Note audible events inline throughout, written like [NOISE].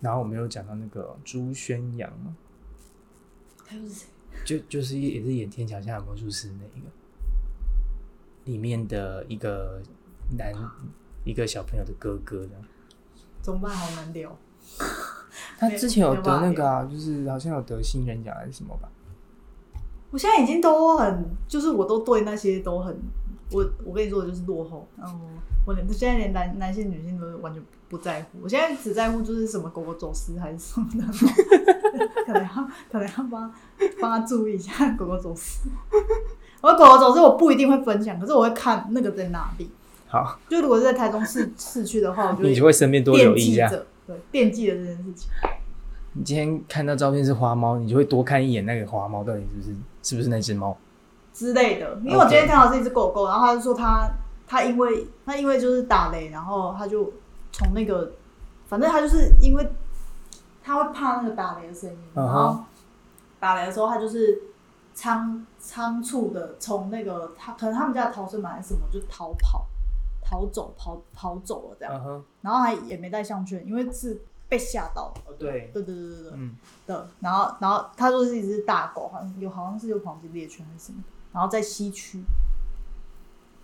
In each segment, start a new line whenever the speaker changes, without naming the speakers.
然后我们有讲到那个朱宣阳嘛，
他又是谁？
就就是也是演《天桥下的魔术师》那一个里面的一个男一个小朋友的哥哥的。
怎么办？好难聊。
他之前有得那个啊，就是好像有得新人奖还是什么吧？
我现在已经都很，就是我都对那些都很，我我跟你说，我就是落后。然后我连现在连男男性、女性都完全不在乎，我现在只在乎就是什么狗狗走失还是什么 [LAUGHS] 的，可能要可能要帮帮他注意一下狗狗走失。我狗狗走失我不一定会分享，可是我会看那个在哪里。
好，
就如果是在台中市市区的话，我就
你就会身边多留
惦
意一
记
下。
着，对，惦记着这件事情。
你今天看到照片是花猫，你就会多看一眼那个花猫到底是不是是不是那只猫？
之类的。因为我
OK
今天看到是一只狗狗，然后他就说他他因为他因为就是打雷，然后他就从那个，反正他就是因为他会怕那个打雷的声音，
嗯哼
然后打雷的时候他就是仓仓促的从那个他可能他们家的逃生门还是什么就逃跑逃走跑跑走了这样，
嗯哼，
然后还也没带项圈，因为是被吓到的。
哦对，
对对对对对，
嗯，
的，然后然后它就是一只大狗，好像有好像是有黄金猎犬还是什么，然后在西区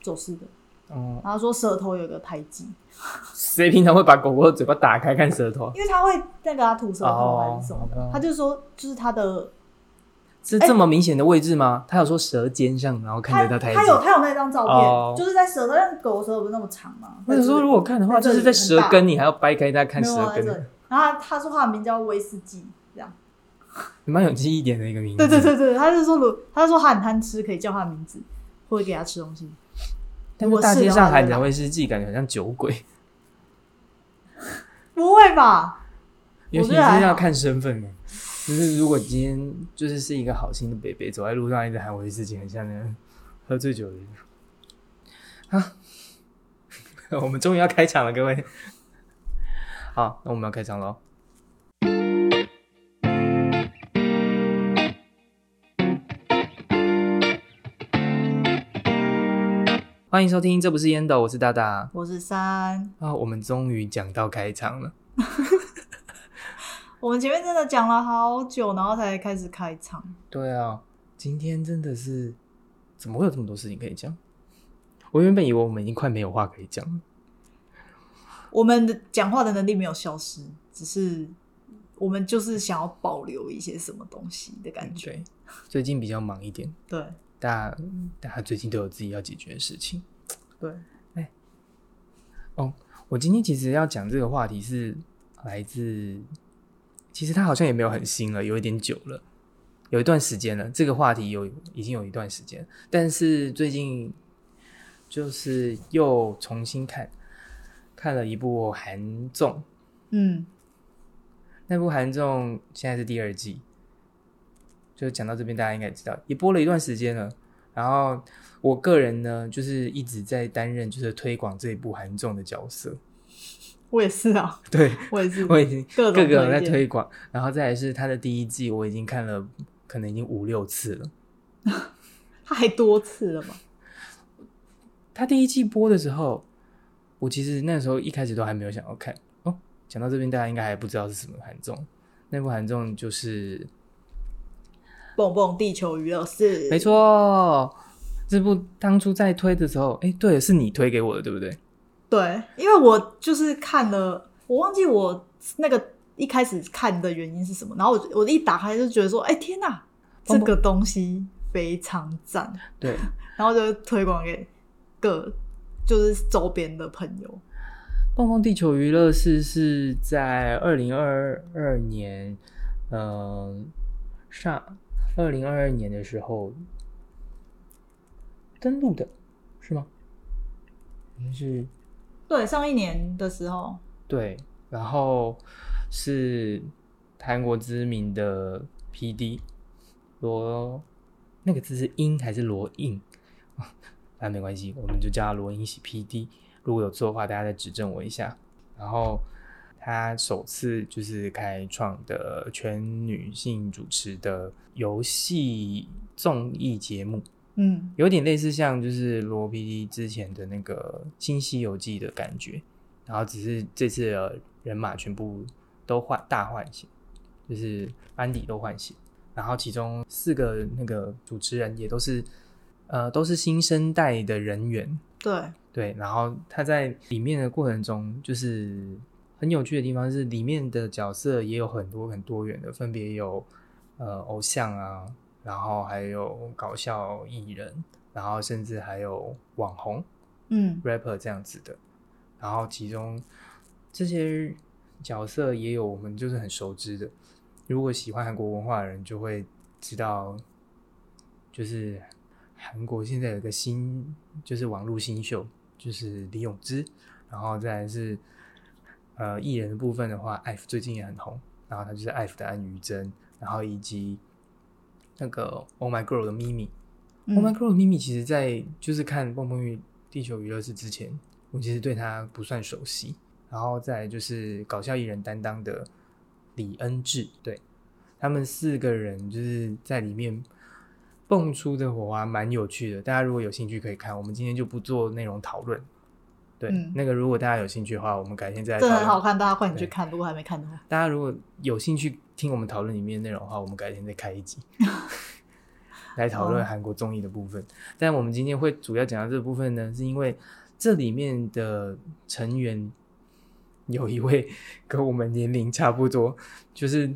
走失的，
哦，
然后说舌头有个胎记，
谁平常会把狗狗的嘴巴打开看舌头啊？
因为它会那个它吐舌头还
哦
是什么
好
的
吧，
他就说就是它的，
是
哎
这么明显的位置吗？他有说舌尖上，然后看
它
得到台
它有它有那张照
哦
片，就是在舌头，但狗的舌头不是那么长嘛，
或者说，如果看的话，
在
就
这里
是在舌根，你还要掰开它看
没有
舌
啊在这里
根，，
然后他说它的名叫威士忌，这样，
蛮有记忆点的一个名字。
对对。对对，他就说如他就说他很贪吃，可以叫他的名字，或者给他吃东西，
但是大街上喊着威士忌，感觉很像酒鬼，
不会吧？
尤其是
我觉得还好
要看身份的。就是如果今天就是是一个好心的北北，走在路上一直喊威士忌，很像那个喝醉酒的人。啊， [LAUGHS] 我们终于要开场了，各位。好，那我们要开场哦喽。欢迎收听，这不是烟斗，我是大大。
我是三。
啊，我们终于讲到开场了。
我们前面真的讲了好久，然后才开始开场。
对啊，今天真的是怎么会有这么多事情可以讲？我原本以为我们已经快没有话可以讲了。
我们的讲话的能力没有消失，只是我们就是想要保留一些什么东西的感觉。
对，最近比较忙一点，
对
大家大家最近都有自己要解决的事情。
对，
我今天其实要讲这个话题是来自，其实它好像也没有很新了，有一点久了，有一段时间了。这个话题有已经有一段时间，但是最近就是又重新看看了一部韩综，
嗯，
那部韩综现在是第二季，就讲到这边，大家应该也知道，也播了一段时间了。然后我个人呢，就是一直在担任就是推广这一部韩综的角色，
我也是啊，
[LAUGHS] 对
我也
[LAUGHS]
是，
我已经
各
各
种
个有在
荐
推广，然后再来是它的第一季，我已经看了，可能已经五六次了。
太多次了吧？
它第一季播的时候，我其实那时候一开始都还没有想要看哦。讲到这边，大家应该还不知道是什么韩综，那部韩综就是
蹦蹦地球娱乐室，
没，错，这部当初在推的时候，哎，对，是你推给我的，对不对？
对，因为我就是看了，我忘记我那个一开始看的原因是什么，然后我我一打开就觉得说，哎、天哪、这
蹦蹦
个东西非常赞。
对，
然后就推广给各就是周边的朋友。
蹦蹦地球娱乐室是在二零二二年，呃，上二零二二年的时候登录的，是吗？好像是
对，上一年的时候，
对，然后是韩国知名的 P.D. 罗，那个字是英还是罗印？ [LAUGHS] 啊，没关系，我们就叫他罗英喜 P.D. 如果有错的话，大家再指正我一下。然后他首次就是开创的全女性主持的游戏综艺节目，
嗯，
有点类似像就是罗 PD 之前的那个《新西游记》的感觉，然后只是这次的人马全部都换大换血，就是班底都换血。然后其中四个那个主持人也都是，呃，都是新生代的人员，
对，
对，然后他在里面的过程中，就是很有趣的地方是，里面的角色也有很多很多元的，分别有呃偶像啊，然后还有搞笑艺人，然后甚至还有网红
嗯
rapper 这样子的。然后其中这些角色也有我们就是很熟知的，如果喜欢韩国文化的人就会知道，就是韩国现在有一个新，就是网络新秀，就是李永芝，然后再来是呃艺人的部分的话，IVE 最近也很红，然后他就是 IVE 的安于真，然后以及那个 Oh My Girl 的咪咪、
嗯
o h My Girl 的咪咪其实在就是看《蹦蹦娱地球娱乐室》之前，我其实对他不算熟悉，然后再来就是搞笑艺人担当的李恩智，对他们四个人就是在里面蹦出的火花蛮有趣的，大家如果有兴趣可以看，我们今天就不做内容讨论。对，
嗯
那个如果大家有兴趣的话，我们改天再来
真的
讨
很
论
好看，大家快点去看，如果还没看的话。
大家如果有兴趣听我们讨论里面的内容的话，我们改天再开一集来讨论
哦
韩国综艺的部分。但我们今天会主要讲到这部分呢，是因为这里面的成员有一位跟我们年龄差不多，就是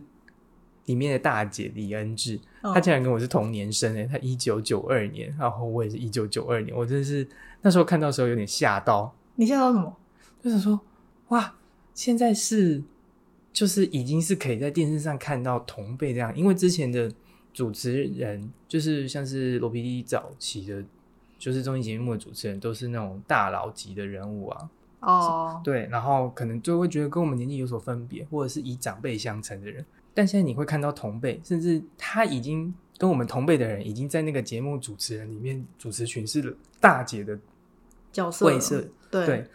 里面的大姐李恩智，
嗯
她竟然跟我是同年生诶、她一九九二年，然后我也是一九九二年，我真的是那时候看到的时候有点吓到，
你现在说什么？
就是说，哇，现在是就是已经是可以在电视上看到同辈这样，因为之前的主持人就是像是罗 PD 早期的，就是综艺节目的主持人都是那种大佬级的人物啊，
哦，
对，然后可能就会觉得跟我们年纪有所分别，或者是以长辈相称的人，但现在你会看到同辈，甚至他已经跟我们同辈的人，已经在那个节目主持人里面主持群是大姐的
角色
位置，
对
对，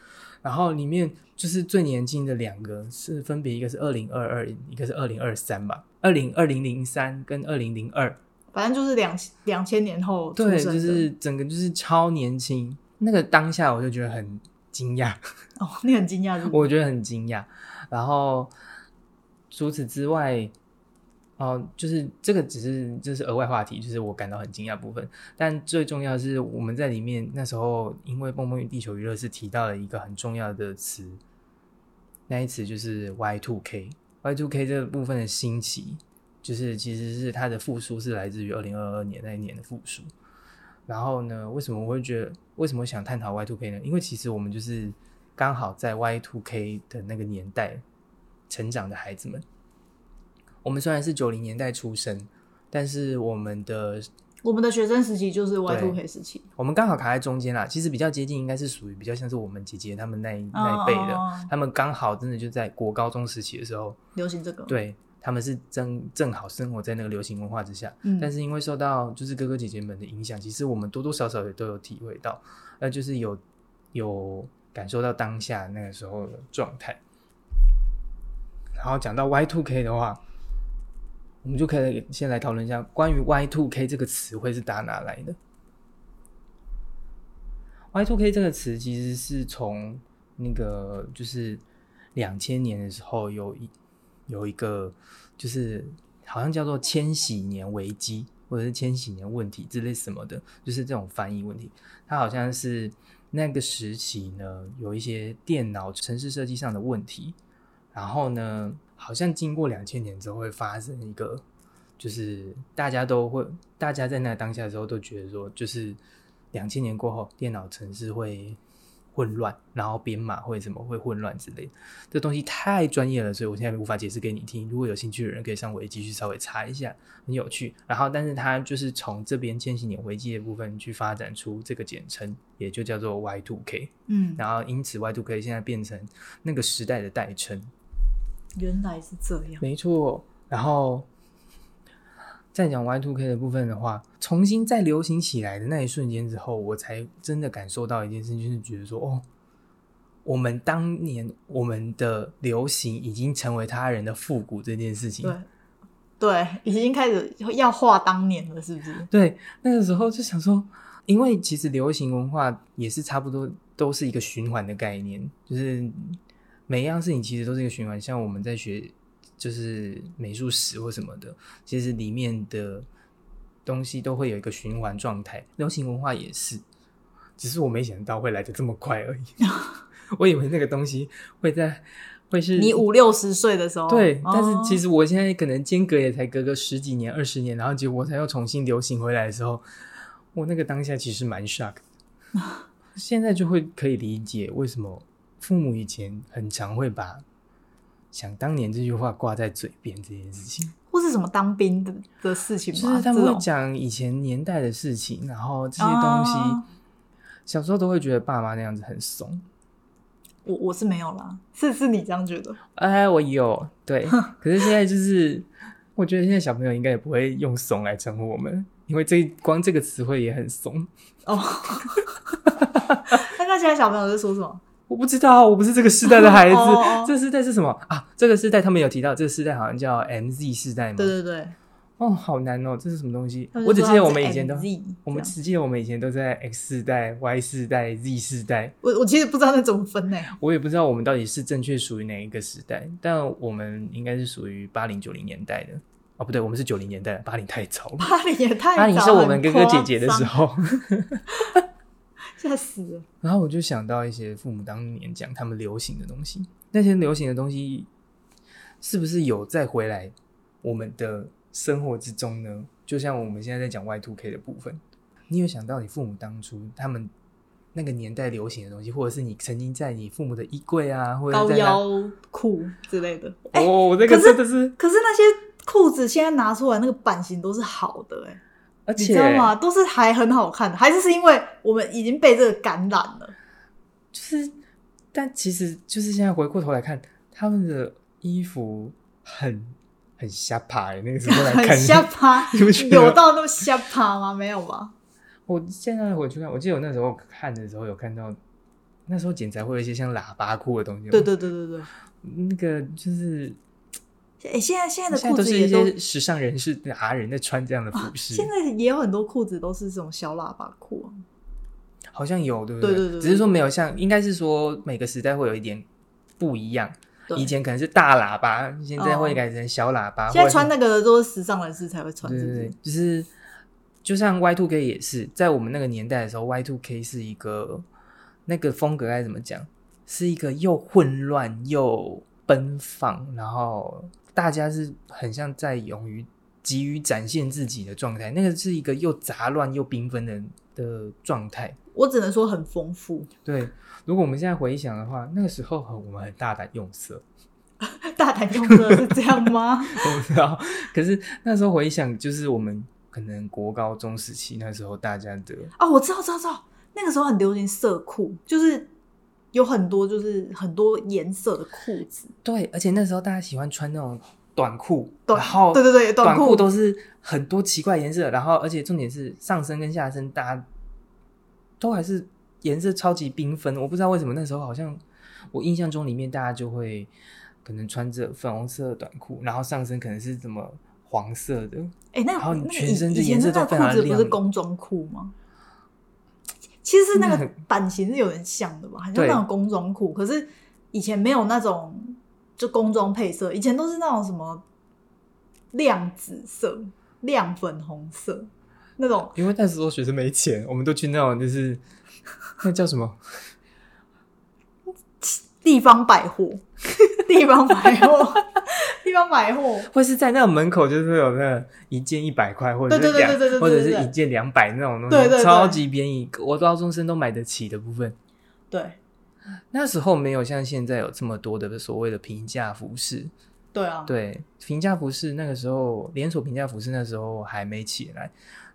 然后里面就是最年轻的两个是分别一个是二零二二，一个是二零二三吧，二零二零零三跟二零零二，
反正就是两两千年后出
对，
生的
就是整个就是超年轻。那个当下我就觉得很惊讶，
哦，你很惊 [LAUGHS] 讶是不是，
我觉得很惊讶。然后除此之外，哦、就是这个只是就是额外话题，就是我感到很惊讶的部分。但最重要的是，我们在里面那时候，因为《蹦蹦与地球娱乐》是提到了一个很重要的词，那一词就是 Y two K。Y two K 这部分的兴起，就是其实是它的复苏是来自于二零二二年那一年的复苏。然后呢，为什么我会觉得为什么想探讨 Y two K 呢？因为其实我们就是刚好在 Y two K 的那个年代成长的孩子们。我们虽然是九零年代出生，但是我们的
我们的学生时期就是 Y
对
two K 时期，
我们刚好卡在中间啦。其实比较接近，应该是属于比较像是我们姐姐她们那一那一辈的，
哦哦哦
他们刚好真的就在国高中时期的时候，
流行这个，
对他们是正正好生活在那个流行文化之下。
嗯，
但是因为受到就是哥哥姐姐们的影响，其实我们多多少少也都有体会到，那就是有有感受到当下那个时候的状态。然后讲到 Y two K 的话，我们就可以先来讨论一下关于 Y two K 这个词汇是打哪来的。Y two K 这个词其实是从那个就是两千年的时候有一有一个就是好像叫做千禧年危机或者是千禧年问题之类什么的，就是这种翻译问题。它好像是那个时期呢有一些电脑城市设计上的问题，然后呢好像经过两千年之后会发生一个。就是大家都会，大家在那个当下的时候都觉得说，就是两千年过后，电脑城市会混乱，然后编码会什么会混乱之类的。这东西太专业了，所以我现在无法解释给你听。如果有兴趣的人，可以上维基去稍微查一下，很有趣。然后，但是它就是从这边千禧年危机的部分去发展出这个简称，也就叫做 Y two K。
嗯，
然后，因此 Y two K 现在变成那个时代的代称。
原来是这样，
没错。然后再讲 Y two K 的部分的话，重新再流行起来的那一瞬间之后，我才真的感受到一件事情，就是觉得说，哦，我们当年我们的流行已经成为他人的复古这件事情。
对对，已经开始要画当年了，是不是？
对，那个时候就想说，因为其实流行文化也是差不多都是一个循环的概念，就是每一样事情其实都是一个循环。像我们在学就是美术史或什么的，其实里面的东西都会有一个循环状态，流行文化也是，只是我没想到会来的这么快而已。 [LAUGHS] 我以为那个东西会在会是
你五六十岁的时候，
对，
哦
但是其实我现在可能间隔也才隔个十几年、二十年，然后结果才又重新流行回来的时候，我那个当下其实蛮 shock 的。 [LAUGHS] 现在就会可以理解为什么父母以前很常会把“想当年”这句话挂在嘴边这件事情，
或是什么当兵的的事情
就
吗？
是他们
这
会
种
讲以前年代的事情，然后这些东西、
啊
小时候都会觉得爸妈那样子很怂。
我我是没有啦，是是你这样觉得？
哎，我有对，可是现在就是，我觉得现在小朋友应该也不会用“怂”来称呼我们，因为这光这个词汇也很怂。 [LAUGHS]
哦，那那现在小朋友在说什么？
我不知道，我不是这个世代的孩子，
哦
这个世代是什么啊？这个世代他们有提到，这个世代好像叫 M Z 世代吗
对？对对，
哦，好难哦，这是什么东西
他？们
我
就
只记
说
得
他
我
是
们以前都
MZ，，
我们
这样
只记得我们以前都在 X 世代、Y 世代、Z 世代，
我我其实不知道那怎么分呢、 [LAUGHS]
我也不知道我们到底是正确属于哪一个时代，但我们应该是属于八零九零年代的。哦，不对，我们是九零年代的，八零太早了。
八零也太
啊那你
早
是我
很
们哥哥
夸
姐姐的时
张，
候， [LAUGHS]
吓死了。
然后我就想到一些父母当年讲他们流行的东西，那些流行的东西是不是有再回来我们的生活之中呢？就像我们现在在讲 Y two K 的部分，你有想到你父母当初他们那个年代流行的东西，或者是你曾经在你父母的衣柜啊，或者
高
是在那
腰裤之类的。哎、
哦，这个
可是
真的是，
可是那些裤子现在拿出来那个版型都是好的、哎，
而
你知道
且
吗？都是还很好看的，还是是因为我们已经被这个感染了。
就是，但其实就是现在回过头来看，他们的衣服很很瞎爬欸那个时候来
很
看，
瞎趴
[LAUGHS] 你不觉，得
有到那么瞎趴吗？没有吧？
我现在回去看，我记得我那时候看的时候有看到，那时候剪裁会有一些像喇叭裤的东西，
对，对对对对。
那个就是
哎、现在现在的
现在
裤
都
子
是
也
一
都，啊
些时尚人士、达人在穿这样的服饰，
现在也有很多裤子都是这种小喇叭裤啊。
好像有，对不
对对对对
只是说没有像，应该是说每个时代会有一点不一样。
对
以前可能是大喇叭，现在会
哦
改成小喇叭。
现
或
在
者是
穿那个都是时尚人士才会穿，
对
是
对
不是
对？，就是就像 Y two K 也是，在我们那个年代的时候，Y two K 是一个那个风格该怎么讲，是一个又混乱又奔放，然后大家是很像在勇于急于展现自己的状态，那个是一个又杂乱又缤纷的的状态。
我只能说很丰富， [LAUGHS]
对，如果我们现在回想的话，那个时候很我们很大胆用色， [LAUGHS]
大胆用色是这样吗？
我不知道。可是那时候回想，就是我们可能国高中时期那时候大家的
哦，我知道，知道，知道，那个时候很流行色裤，就是有很多就是很多颜色的裤子，
对，而且那时候大家喜欢穿那种短裤，
短
然后
对对对，
短
裤
都是很多奇怪颜色，然后而且重点是上身跟下身大家都还是颜色超级缤纷。我不知道为什么那时候好像我印象中里面大家就会可能穿着粉红色的短裤，然后上身可能是怎么黄色的，
哎、那
然后
那个
全
以
身
以
的
前
颜色
那
都
个
非
裤
常
子不是
亮
工装裤吗？其实那
那
个
很
版型是有点像的吧，好像
对
那种工装裤，可是以前没有那种就工装配色，以前都是那种什么亮紫色、亮粉红色那种
因为那时候学生没钱，我们都去那种就是那叫什么？
地方百货， [LAUGHS] 地方百货， [LAUGHS] 地方百货。
会是在那个门口，就是会有那个一件一百块，或者
对
是
对
两
对对对对，
或者是
对
一件两百那种东西，
对对对
超级便宜，我高中生都买得起的部分。
对
那时候没有像现在有这么多的所谓的平价服饰，
对啊，
对，平价服饰那个时候连锁平价服饰那时候还没起来，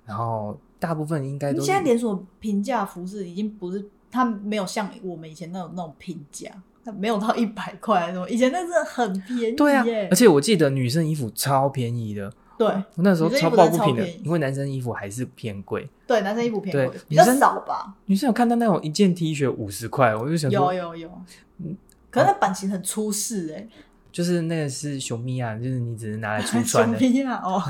然后大部分应该都是
现在连锁平价服饰已经不是，它没有像我们以前那种那种平价，它没有到一百块那种，以前那是很便宜耶。
对啊，而
且
且我记得女生衣服超便宜的，
对
我那时候
女生衣
超
服
抱
真
不
的超
平的
便宜，
因为男生衣服还是偏贵。
对，男生衣服便宜
对，
比较
女生
少吧？
女生有看到那种一件 T 恤五十块，我就想说嗯
有有有，可是那版型很出世
[LAUGHS]
哎，
就是那个是熊咪啊，就是你只是拿来出
很 [LAUGHS]
穿的，
逼啊
[LAUGHS]
哦，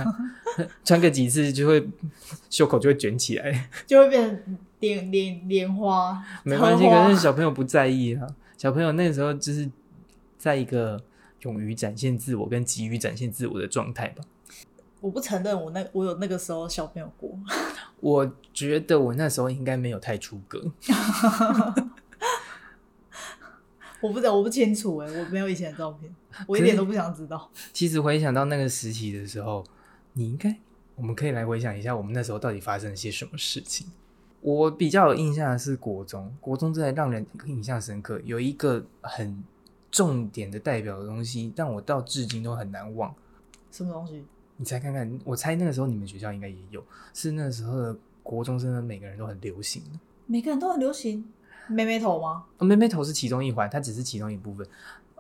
穿个几次就会 [LAUGHS] 袖口就会卷起来，
就会变成莲莲莲花，
没关系。
荷花
可是小朋友不在意啊，小朋友那时候就是在一个勇于展现自我跟急于展现自我的状态吧。
我不承认我那我有那个时候小朋友过，
我觉得我那时候应该没有太出格，
我不知道，我不清楚哎、我没有以前的照片，我一点都不想知道。
其实回想到那个时期的时候，你应该，我们可以来回想一下，我们那时候到底发生了些什么事情。我比较有印象的是国中，国中真的让人印象深刻，有一个很重点的代表的东西，但我到至今都很难忘。
什么东西？
你猜看看，我猜那个时候你们学校应该也有，是那时候的国中生的每个人都很流行的。
每个人都很流行妹妹头吗？
呃妹妹头是其中一环，它只是其中一部分。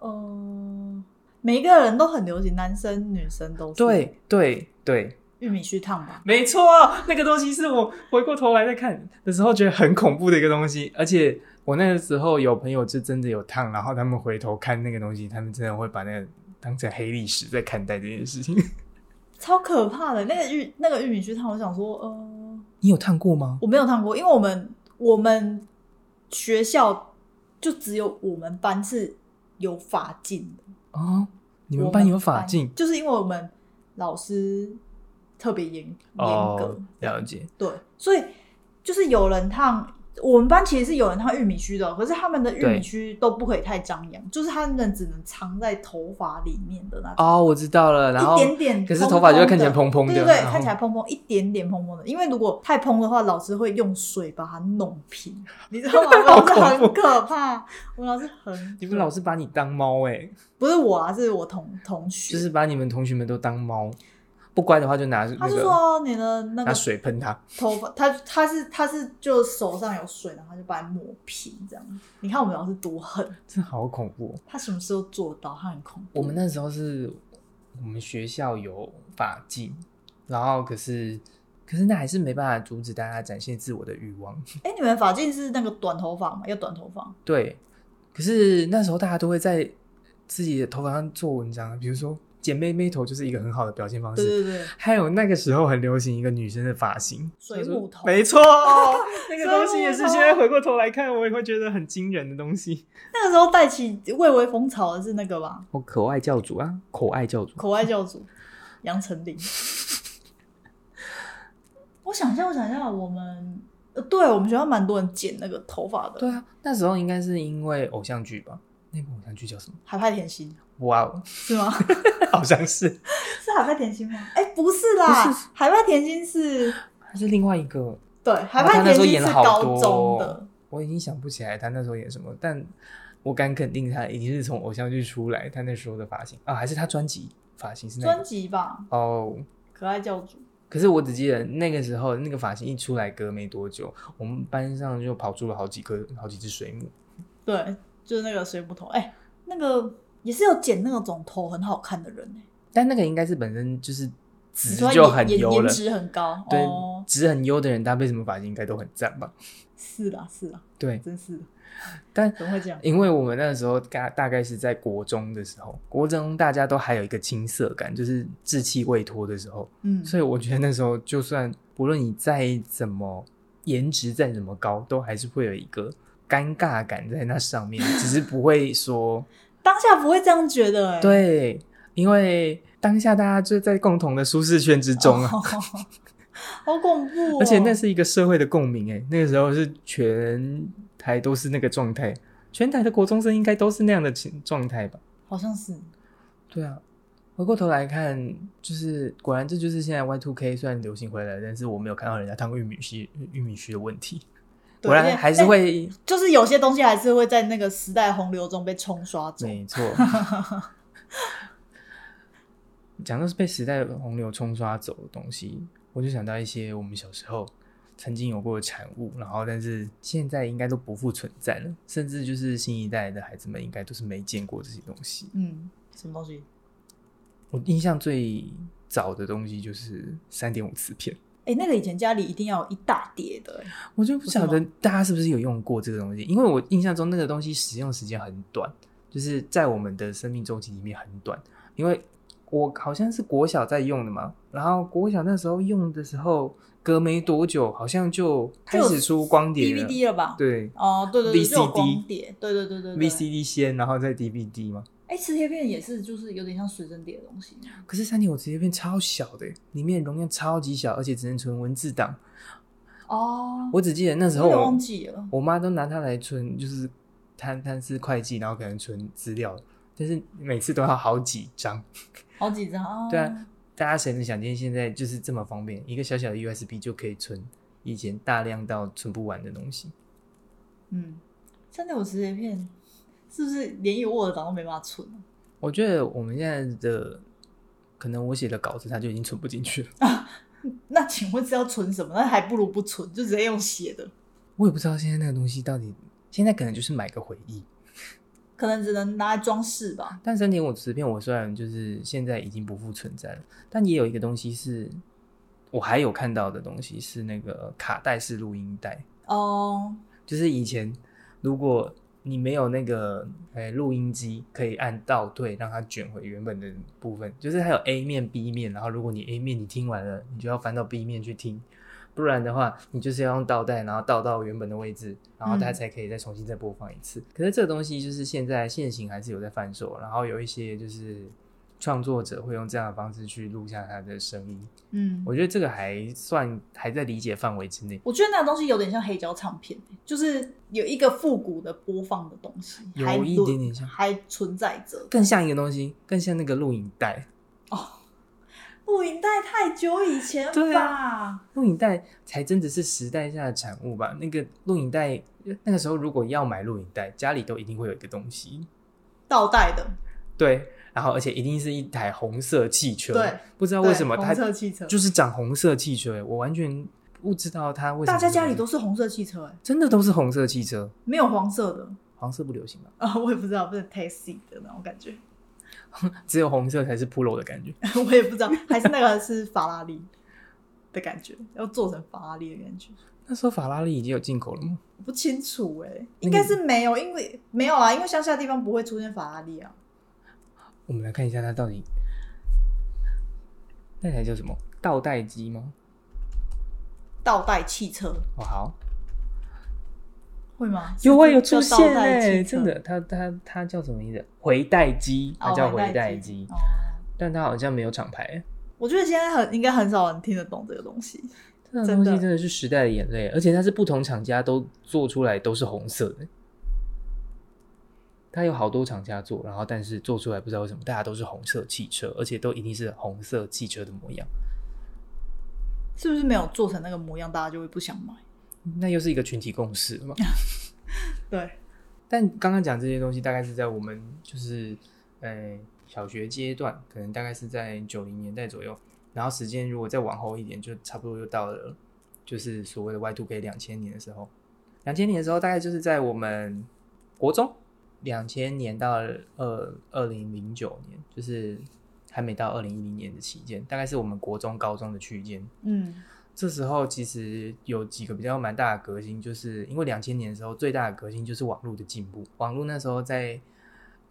嗯、每一个人都很流行，男生女生都是。，
对对对，
玉米须烫吧。
没错，那个东西是我回过头来再看的时候觉得很恐怖的一个东西，而且我那个时候有朋友就真的有烫，然后他们回头看那个东西，他们真的会把那个当成黑历史在看待这件事情。
超可怕的那个玉那个玉米须烫，我想说，呃，
你有烫过吗？
我没有烫过，因为我们我们学校就只有我们班是有法镜的。
哦，你
我
们班有法镜
就是因为我们老师特别严严格、
哦，了解。
对，所以就是有人烫。我们班其实是有人烫玉米须的，哦可是他们的玉米
对
须都不可以太张扬，就是他们只能藏在头发里面的那种，
哦，我知道了。然后
一点点蓬蓬的。
可是头发就会看起来蓬蓬的
对对
然
对，
后
看起来蓬蓬一点点蓬蓬的，因为如果太蓬的话，老师会用水把它弄平，你知道吗？我
[LAUGHS] 好
们老师
恐
很
怖
可怕，我们老师很
你们老师把你当猫哎、
不是我啊，是我同同学，
就是把你们同学们都当猫，不乖的话就拿那
他就
个
说你的
拿
那个
水喷他。
头发，他他是他是就手上有水，然后他就把它抹平这样。你看我们老师多狠，
这好恐怖哦、
他什么时候做到？他很恐怖。
我们那时候是我们学校有法禁，然后可是可是那还是没办法阻止大家展现自我的欲望。 [LAUGHS]
哎、你们发镜是那个短头发吗？要短头发？
对，可是那时候大家都会在自己的头发上做文章，比如说剪妹妹头就是一个很好的表现方
对
式。
对对，
还有那个时候很流行一个女生的发型，
水母头
没
[LAUGHS]
错，那个东西也是现在
水母头
回过头来看，我也会觉得很惊人的东西。
那个时候带起蔚为风潮的是那个吧，
我哦可爱教主啊，可爱教主，
口爱教主杨丞琳。我想一下，我想一下，我们呃，对我们学校蛮多人剪那个头发的，
对，啊，那时候应该是因为偶像剧吧？那部偶像剧叫什么？
海派甜心
哇哦， [LAUGHS]
是吗？ [LAUGHS]
好像是，
是海派甜心吗？哎、不是啦，
不是
海派甜心是
还是另外一个？
对，海派
哦那
甜
时候
心
演
是
了好
高
多
中
哦、
的，
我已经想不起来他那时候演什么，但我敢肯定他一定是从偶像剧出来，他那时候的发型啊，还是他专辑发型是那
专
个
辑吧，
哦。
《可爱教主》
可是我只记得那个时候那个发型一出来，隔没多久，我们班上就跑出了好几颗、好几只水母。
对，就是那个水母头，哎、那个也是有剪那种头很好看的人、哎，
但那个应该是本身就是
你
值
说
嗯就
颜
很
颜
优
颜
了，
值很高，
对
哦，，
值很优的人搭配什么发型应该都很赞吧？
是啦是啦，
对，
真是的，
但
怎么会这样？
因为我们那时候大大概是在国中的时候，国中大家都还有一个青涩感，就是稚气未脱的时候，
嗯，
所以我觉得那时候就算不论你再怎么颜值再怎么高，都还是会有一个尴尬感在那上面， [LAUGHS] 只是不会说
当下不会这样觉得、哎，
对，因为当下大家就在共同的舒适圈之中啊。
哦好恐怖、哦，
而且那是一个社会的共鸣，哎，那个时候是全台都是那个状态，全台的国中生应该都是那样的情状态吧？
好像是
对啊，回过头来看，就是果然这就是现在 Y two K 虽然流行回来，但是我没有看到人家烫玉米须玉米须的问题，
对
果
而且
然还是
但
会，
就是有些东西还是会在那个时代洪流中被冲刷走，
没错。讲到是被时代洪流冲刷走的东西，我就想到一些我们小时候曾经有过的产物，然后但是现在应该都不复存在了，甚至就是新一代的孩子们应该都是没见过这些东西。
嗯，什么东西？
我印象最早的东西就是三点五磁片。
哎、那个以前家里一定要有一大叠的、哎
我就不晓
不
得大家是不是有用过这个东西，因为我印象中那个东西使用时间很短，就是在我们的生命周期里面很短。因为我好像是国小在用的嘛，然后国小那时候用的时候，隔没多久好像就开始出光碟了，
，DVD 了吧？
对
哦，对对对，就有
VCD
啊光碟，对对对对对
VCD 先，然后再 DVD 嘛。
哎、磁铁片也是，就是有点像水蒸碟的东西。
可是三体我直接变超小的，里面容量超级小，而且只能存文字档。
哦，
我只记得那时候
有点
我
忘记了。
我妈都拿它来存，就是贪贪吃会计，然后可能存资料，但是每次都要好几张。
好几张啊！
对啊，大家谁能想见现在就是这么方便，一个小小的 USB 就可以存以前大量到存不完的东西。
嗯，像那种磁铁片，是不是连有 Word 档都没办法存啊？
我觉得我们现在的可能我写的稿子它就已经存不进去了，
那请问是要存什么？那还不如不存，就直接用写的，
我也不知道现在那个东西到底，现在可能就是买个回忆。
可能只能拿来装饰吧。
但三点五磁片，我虽然就是现在已经不复存在了，但也有一个东西是我还有看到的东西是那个卡带式录音带，
哦，
就是以前如果你没有那个诶录、音机，可以按倒退让它卷回原本的部分，就是它有 A 面 B 面，然后如果你 A 面你听完了，你就要翻到 B 面去听。不然的话，你就是要用倒带，然后倒到原本的位置，然后它
嗯
才可以再重新再播放一次。可是这个东西就是现在现行还是有在贩售，然后有一些就是创作者会用这样的方式去录下他的声音。
嗯，
我觉得这个还算还在理解范围之内。
我觉得那个东西有点像黑胶唱片、就是有一个复古的播放的东西，
有
还
一
存
点点像
还存在着。
更像一个东西，更像那个录影带。
录影带太久以前
对啊
吧，
录影带才真的是时代下的产物吧？那个录影带，那个时候如果要买录影带，家里都一定会有一个东西，
倒带的，
对，然后而且一定是一台红色汽车，
对，
不知道为什么
对
它
红色汽车，
就是长红色汽车，我完全不知道它为什么。
大家家里都是红色汽车、哎，
真的都是红色汽车，
没有黄色
[LAUGHS]
的
黄色不流行吧？
啊、我也不知道，不是 taxi 的那种感觉， [LAUGHS]
只有红色才是 Polo 的感觉。
我也不知道，还是那个是法拉利的感觉，要做成法拉利的感觉。
那时候法拉利已经有进口了吗？
我不清楚哎、
那
应
个
该是没有，因为没有啊，因为乡下地方不会出现法拉利啊。
我们来看一下它到底那台叫什么倒带机吗？
倒带汽车
哦，好。
会吗？
有啊，有
叫
出
倒
现
带
哎、
汽车
真的，它它它叫什么名字？回带机，它
哦
叫
回
回带
机
机，
哦。
但它好像没有厂牌。
我觉得现在很应该很少人听得懂这个东西。
这种
真的
东西真的是时代的眼泪，而且它是不同厂家都做出来都是红色的。它有好多厂家做，然后但是做出来不知道为什么大家都是红色汽车，而且都一定是红色汽车的模样。
是不是没有做成那个模样，大家就会不想买？
那又是一个群体共识了嘛？
对，
但刚刚讲这些东西，大概是在我们就是呃小学阶段，可能大概是在九零年代左右。然后时间如果再往后一点，就差不多就到了就是所谓的 Y two K 两千年的时候。两千年的时候，大概就是在我们国中，两千年到二二零零九年，就是还没到二零一零年的期间，大概是我们国中高中的区间。
嗯，
这时候其实有几个比较蛮大的革新，就是因为两千年的时候最大的革新就是网络的进步，网络那时候在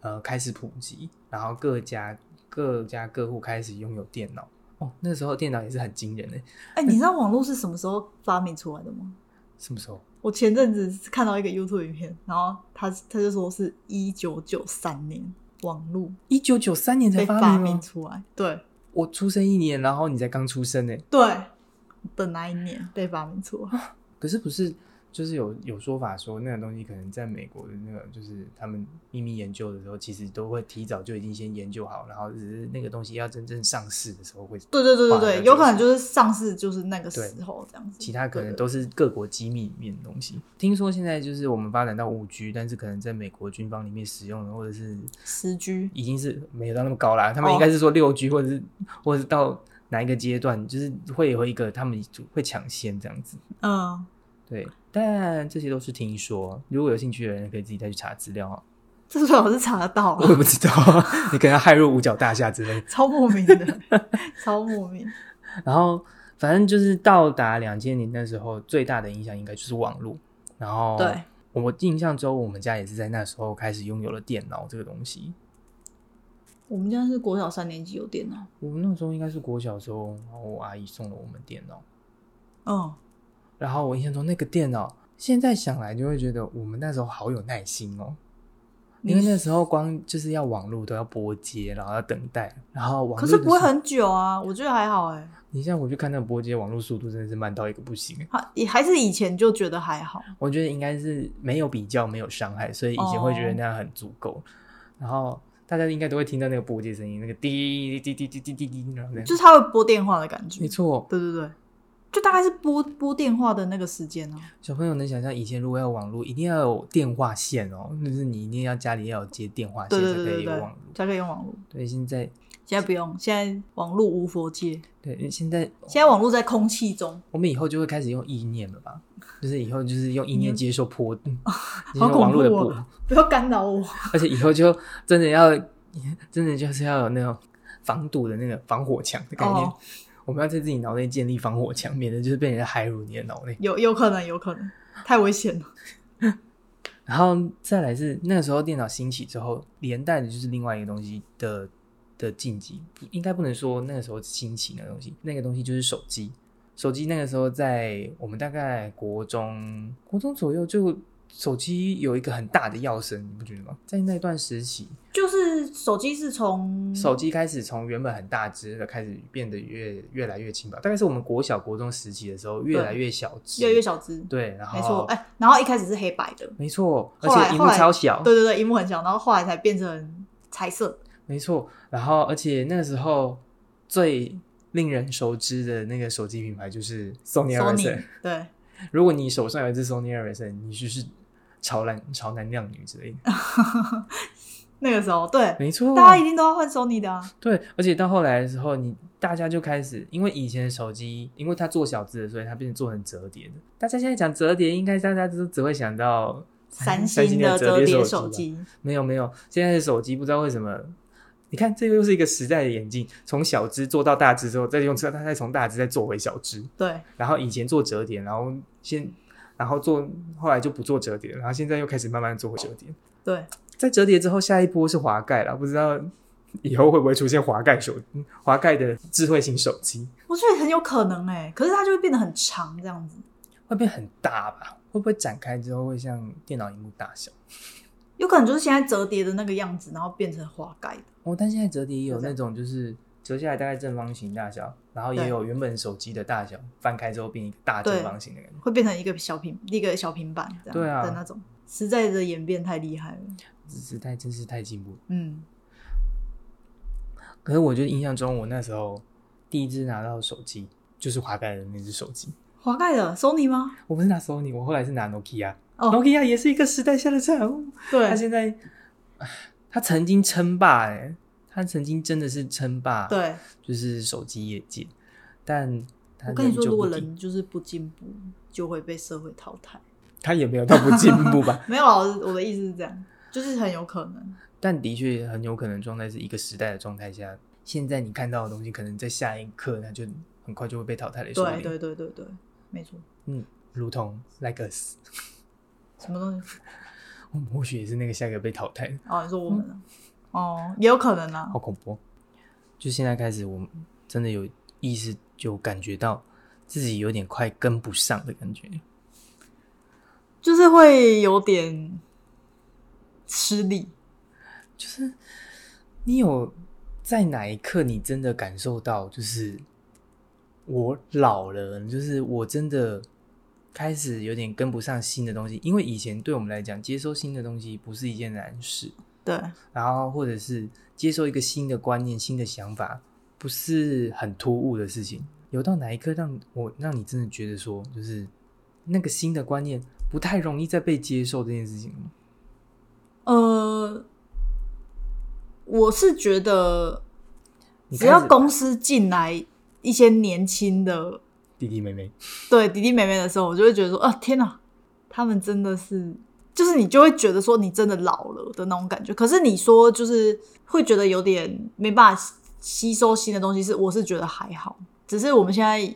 呃开始普及，然后各家各家各户开始拥有电脑。哦，那时候电脑也是很惊人的，
哎、你知道网络是什么时候发明出来的吗？
什么时候？
我前阵子是看到一个 YouTube 影片，然后他他就说是一九九三年网络
一九九三年才
被
发
发
明
明
吗？
出来，对，
我出生一年，然后你才刚出生呢。
对的那一年被发明出来。
可是不是就是有有说法说那个东西可能在美国的那个就是他们秘密研究的时候，其实都会提早就已经先研究好，然后只是那个东西要真正上市的时候会。
对对对对对，
哇
有可能就是上市就是那个时候这样子。
其他可能
对
都是各国机密里面的东西。听说现在就是我们发展到五 G，但是可能在美国军方里面使用的，或者是
十 G，
已经是没有到那么高啦。他们
哦
应该是说六 G，、或者是或者是到哪一个阶段，就是会有一个他们会抢先这样子。
嗯，
对，但这些都是听说，如果有兴趣的人可以自己再去查资料哦。
这最好是查得到
我
啊，
也不知道， [LAUGHS] 你可能要害入五角大厦之类的。
超莫名的，超莫名。
[LAUGHS] 然后，反正就是到达两千年那时候，最大的影响应该就是网络。然后，
对，
我印象中我们家也是在那时候开始拥有了电脑这个东西。
我们家是国小三年级有电脑，
我们那时候应该是国小的时候，然后我阿姨送了我们电脑。
嗯，
然后我印象中那个电脑，现在想来就会觉得我们那时候好有耐心哦。因为那时候光就是要网络都要拨接，然后要等待，然后网
可
络
是
的
不会
速
很久啊，我觉得还好哎、
你现在回去看那个拨接，网络速度真的是慢到一个不行。
还也还是以前就觉得还好，
我觉得应该是没有比较，没有伤害，所以以前会觉
哦
得那样很足够。然后大家应该都会听到那个拨接声音，那个滴滴滴滴滴滴滴，然后这样
就。是他会拨电话的感觉
没。错，
对对对，就大概是拨拨电话的那个时间啊。
小朋友能想象以前如果要有网络，一定要有电话线哦，就是你一定要家里要有接电话
对
线
对
才
对
可以
对
有
对
网络。，
才可以用网络。
对，现在
现在不用，现在网络无佛界，
对现在
现在网络在空气中，
我们以后就会开始用意念了吧？就是以后就是用意
你
念接受波，嗯
[LAUGHS]
接
好
受
恐
网络的
怖哦
波。
不要干扰我。
而且以后就真的要， [LAUGHS] 真的就是要有那种防堵的那个防火墙的概念。
哦
我们要在自己脑内建立防火墙，免得就是被人家骇入你的脑内。
有有可能，有可能，太危险了。
然后再来是那个时候电脑兴起之后，连带的就是另外一个东西的的晋级，不应该不能说那个时候兴起那个东西，那个东西就是手机。手机那个时候在我们大概国中国中左右就。手机有一个很大的跃升，你不觉得吗？在那段时期，
就是手机是从
手机开始从原本很大只的开始变得越越来越轻薄，大概是我们国小国中时期的时候越来越小只，
越来越小只，
对，哦然后
没错。哎、然后一开始是黑白的，
没错，而
后来
且荧幕超小，
对对对，荧幕很小，然后后来才变成彩色。
没错，然后而且那时候最令人熟知的那个手机品牌就是 Sony
Sony
Ericsson，
对，
如果你手上有一只 Sony Ericsson，你就是潮男潮男靓女之类的，
[LAUGHS] 那个时候对，
没错，
[LAUGHS] 大家一定都要换 Sony 的啊。
对，而且到后来的时候，你大家就开始，因为以前的手机，因为它做小字的，所以它变成做成折叠的。大家现在讲折叠，应该大家都只会想到
三
星
星的折
叠
叠
手
手
吧。
机，
没有没有，现在的手机不知道为什么，你看这个又是一个时代的眼镜，从小只做到大只之后，再用它再从大只再做回小只，
对，
然后以前做折叠，然后现然后做后来就不做折叠，然后现在又开始慢慢做回折叠。
对，
在折叠之后，下一波是滑盖了，不知道以后会不会出现滑盖手嗯滑盖的智慧型手机，
我觉得很有可能哎、可是它就会变得很长这样子。
会变很大吧？会不会展开之后会像电脑荧幕大小？
有可能就是现在折叠的那个样子，然后变成花盖的。
哦，但现在折叠也有
就这
那
样
种就是折下来大概正方形大小，然后也
对
有原本手机的大小，翻开之后变一个大正
对
方形的感觉。
会变成一个小平一个小平板这样
对啊
的那种，实在的演变太厉害了。
时代真是太进步了。
嗯，
可是我觉得印象中，我那时候第一只拿到手机就是滑盖的那只手机，
滑盖的 Sony 吗？
我不是拿 Sony，我后来是拿 Nokia、
哦
Nokia 也是一个时代下的产物。他
对
现在，唉他曾经称霸哎、他曾经真的是称霸，，
对，
就是手机业界，但他
我跟你
仍
说，
旧
如
不
果
敌
人就是不进步，就会被社会淘汰。
他也没有到不进步
[LAUGHS]
吧，
没有啊，我我的意思是这样，就是很有可能。
但的确很有可能状态是一个时代的状态下，现在你看到的东西，可能在下一刻它就很快就会被淘汰的，说不定
对
嗯
对对对对，没错。
如同 like us，
什么东西？
我们 [LAUGHS] 或许也是那个下一个被淘汰的，
哦，你说我们
嗯
啊？哦，也有可能啊
好。恐怖哦！就现在开始，我们真的有意识，就感觉到自己有点快跟不上的感觉。
就是会有点吃力。
就是你有在哪一刻，你真的感受到，就是我老了，就是我真的开始有点跟不上新的东西，因为以前对我们来讲，接收新的东西不是一件难事，
对
然后或者是接受一个新的观念、新的想法，不是很突兀的事情。有到哪一刻让我让你真的觉得说，就是那个新的观念不太容易再被接受这件事情吗？
呃，我是觉得
你
只要
开始
公司进来一些年轻的
弟弟妹妹，
对弟弟妹妹的时候，我就会觉得说，啊，天哪，他们真的是，就是你就会觉得说你真的老了的那种感觉。可是你说就是会觉得有点没办法吸收新的东西是，我是觉得还好，只是我们现在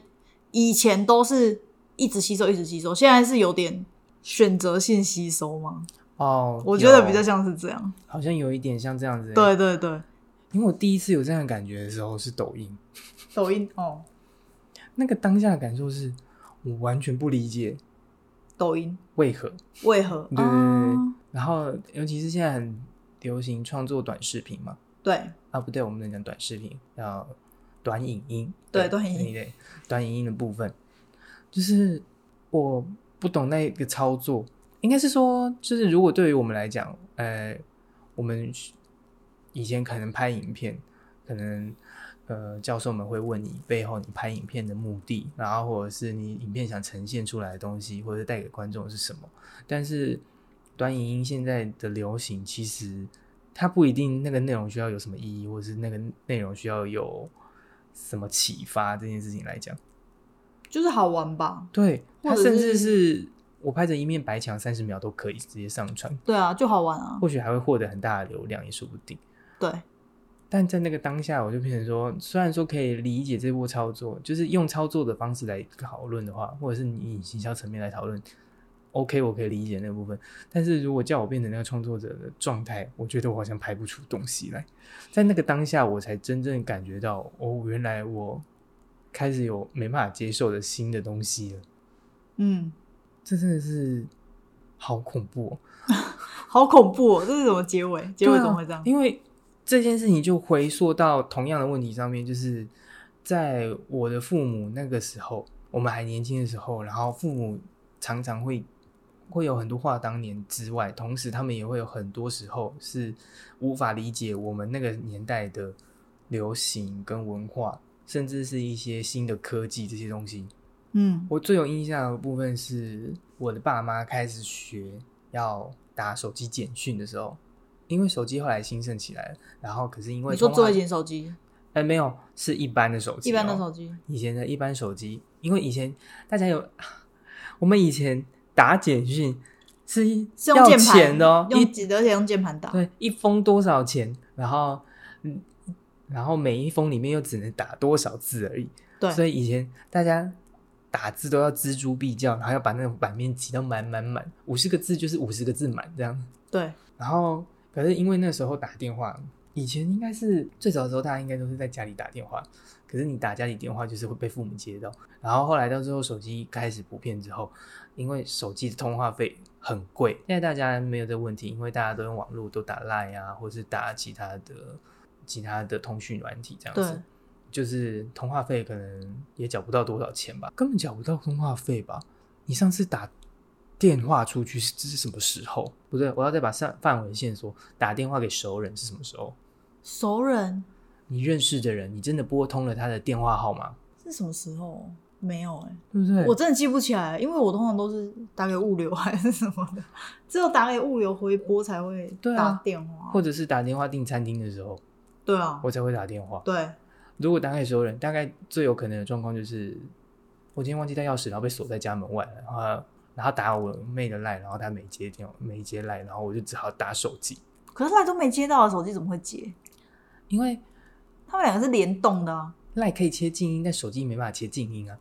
以前都是一直吸收一直吸收，现在是有点选择性吸收吗？
哦，
我觉得
有
比较像是这样。
好像有一点像这样子欸。
对对对，
因为我第一次有这样的感觉的时候是抖音，
抖音哦，
那个当下的感受是我完全不理解
抖音
为何。
为何？
对对对对
哦
然后，尤其是现在很流行创作短视频嘛？
对，
啊，不对，我们能讲短视频，叫短影音。
对短影音
对对，短影音的部分，就是我不懂那个操作，应该是说，就是如果对于我们来讲，呃，我们以前可能拍影片，可能呃教授们会问你背后你拍影片的目的，然后或者是你影片想呈现出来的东西，或者带给观众是什么。但是短影音现在的流行，其实它不一定那个内容需要有什么意义，或者是那个内容需要有什么启发这件事情来讲，
就是好玩吧？
对，它
或者
甚至
是
是我拍着一面白墙三十秒都可以直接上传，
对啊，就好玩啊。
或许还会获得很大的流量也说不定。
对，
但在那个当下，我就变成说，虽然说可以理解这波操作，就是用操作的方式来讨论的话，或者是你以行销层面来讨论，OK，我可以理解那部分。但是如果叫我变成那个创作者的状态，我觉得我好像拍不出东西来。在那个当下，我才真正感觉到，哦，原来我开始有没办法接受的新的东西了。
嗯，
这真的是好恐怖、哦。
好恐怖哦！这是什么结尾？结尾
对啊
怎么会这样？
因为这件事情就回溯到同样的问题上面，就是在我的父母那个时候，我们还年轻的时候，然后父母常常会会有很多话当年之外，同时他们也会有很多时候是无法理解我们那个年代的流行跟文化，甚至是一些新的科技这些东西。
嗯，
我最有印象的部分是我的爸妈开始学要打手机简讯的时候，因为手机后来兴盛起来了，然后可是因为
你说
通
做
话
一型手机，
哎没有是一般的手机、哦
一般的手，机，
以前的一般手机，因为以前大家有我们以前打简讯是
是用键
要
盘
钱的哦，
用
一
而且用键盘打。
对，一封多少钱？然后，嗯，然后每一封里面又只能打多少字而已。
对
所以以前大家打字都要锱铢必较，然后要把那种版面挤到满满满，五十个字就是五十个字满这样。
对，
然后，可是因为那时候打电话，以前应该是最早的时候，大家应该都是在家里打电话。可是你打家里电话就是会被父母接到，然后后来到最后手机开始普遍之后，因为手机的通话费很贵，现在大家没有这个问题，因为大家都用网络，都打 Line 啊，或是打其他的其他的通讯软体这样子
对，
就是通话费可能也缴不到多少钱吧，根本缴不到通话费吧？你上次打电话出去是这是什么时候？不对，我要再把上范围线索，打电话给熟人是什么时候？
熟人
你认识的人，你真的拨通了他的电话号码，
是什么时候？没有哎、
对不对？
我真的记不起来，因为我通常都是打给物流还是什么的，只有打给物流回拨才会
对啊
打电话。
或者是打电话订餐厅的时候，
对啊，
我才会打电话。
对，
如果打给熟人，大概最有可能的状况就是，我今天忘记带钥匙，然后被锁在家门外，然后然后打我妹的赖，然后她没接电话，没接赖，然后我就只好打手机，
可是赖都没接到，手机怎么会接？
因为
他们两个是联动的啊。
赖可以切静音，但手机没办法切静音啊。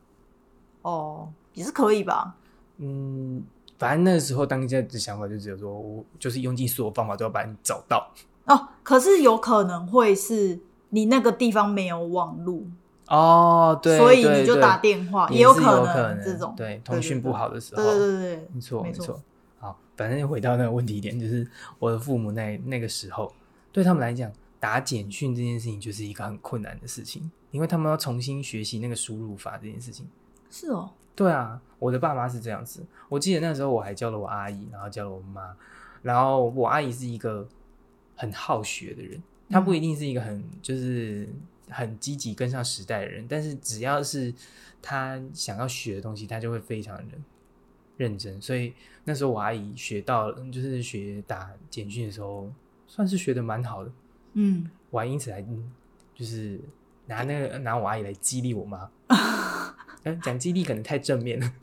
哦，也是可以吧？
嗯，反正那时候当下的想法就只有说，我就是用尽所有方法都要把你找到。
哦，可是有可能会是你那个地方没有网路，
哦，对，
所以
对
你就
对
打电话，
也
哦也有
是
可
能
这种。
对嗯通讯不好的时候，
对对对对对，
没错，
没
没
错
错。好，反正又回到那个问题点，就是我的父母那那个时候，对他们来讲，打简讯这件事情就是一个很困难的事情，因为他们要重新学习那个输入法这件事情。
是哦，
对啊，我的爸妈是这样子。我记得那时候我还教了我阿姨，然后教了我妈，然后我阿姨是一个很好学的人，她不一定是一个很就是很积极跟上时代的人，但是只要是她想要学的东西，她就会非常认认真。所以那时候我阿姨学到了，就是学打简讯的时候，算是学的蛮好的。
嗯，
我还因此还就是拿那个拿我阿姨来激励我妈。但讲激励可能太正面了，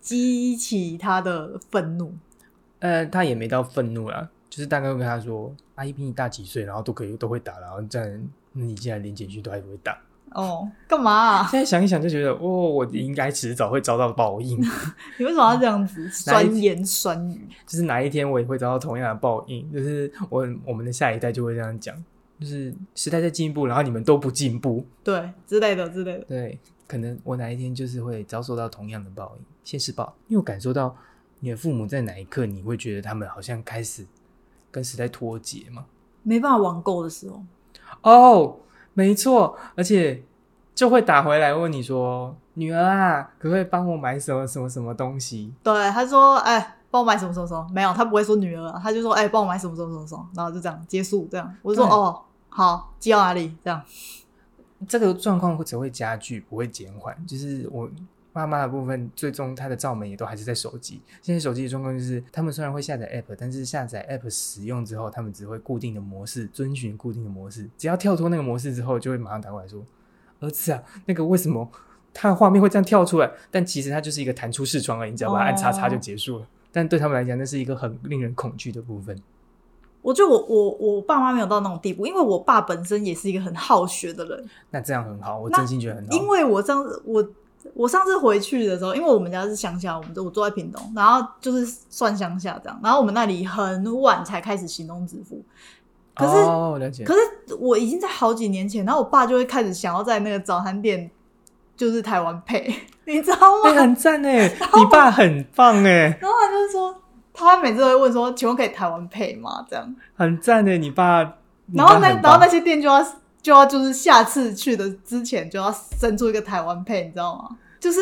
激起他的愤怒。
呃，他也没到愤怒啦，就是大概会跟他说，阿姨比你大几岁，然后都可以都会打，然后这样你竟然连简讯都还不会打，
哦，干嘛啊、 [LAUGHS]
现在想一想就觉得，哦，我应该迟早会遭到报应，
你为什么要这样子
哪哦一
酸言酸语？
就是哪一天我也会遭到同样的报应，就是我我们的下一代就会这样讲，就是时代在进步，然后你们都不进步，
对之类的之类的。
对，可能我哪一天就是会遭受到同样的报应，现世报。因为我感受到你的父母在哪一刻，你会觉得他们好像开始跟时代脱节嘛。
没办法网购的时候，
哦，没错，而且就会打回来问你说：“女儿啊，可不可以帮我买什么什么什么东西
对他说：“哎、帮我买什么什么什么。”没有，他不会说女儿啊，他就说：“哎、帮我买什么什么什么什么。”然后就这样结束，这样我就说：“
对
哦，好，寄到哪里？”这样，？”
这个状况会只会加剧，不会减缓。就是我妈妈的部分，最终她的罩门也都还是在手机。现在手机的状况就是，他们虽然会下载 app，但是下载 app 使用之后，他们只会固定的模式，遵循固定的模式。只要跳脱那个模式之后，就会马上打过来说：“儿子啊，那个为什么？”它的画面会这样跳出来，但其实它就是一个弹出视窗而已，你只要把它按叉叉就
哦
结束了。但对他们来讲，那是一个很令人恐惧的部分。
我觉得我我我爸妈没有到那种地步，因为我爸本身也是一个很好学的人，
那这样很好，我
那
真心觉得很好。
因为我上次我我上次回去的时候，因为我们家是乡下，我们我住在屏东，然后就是算乡下这样，然后我们那里很晚才开始行动支付，可是
哦，了解。
可是我已经在好几年前，然后我爸就会开始想要在那个早餐店，就是台湾配， [LAUGHS] 你知道
[LAUGHS] 哎、
吗？
很赞哎，你爸很棒哎，
然后他就是说，他每次都会问说，请问可以台湾配吗？这样，
很赞哎，你爸。你
然后
爸
那
很
然
棒
后那些店就要就要就是下次去的之前就要生出一个台湾配，你知道吗？就是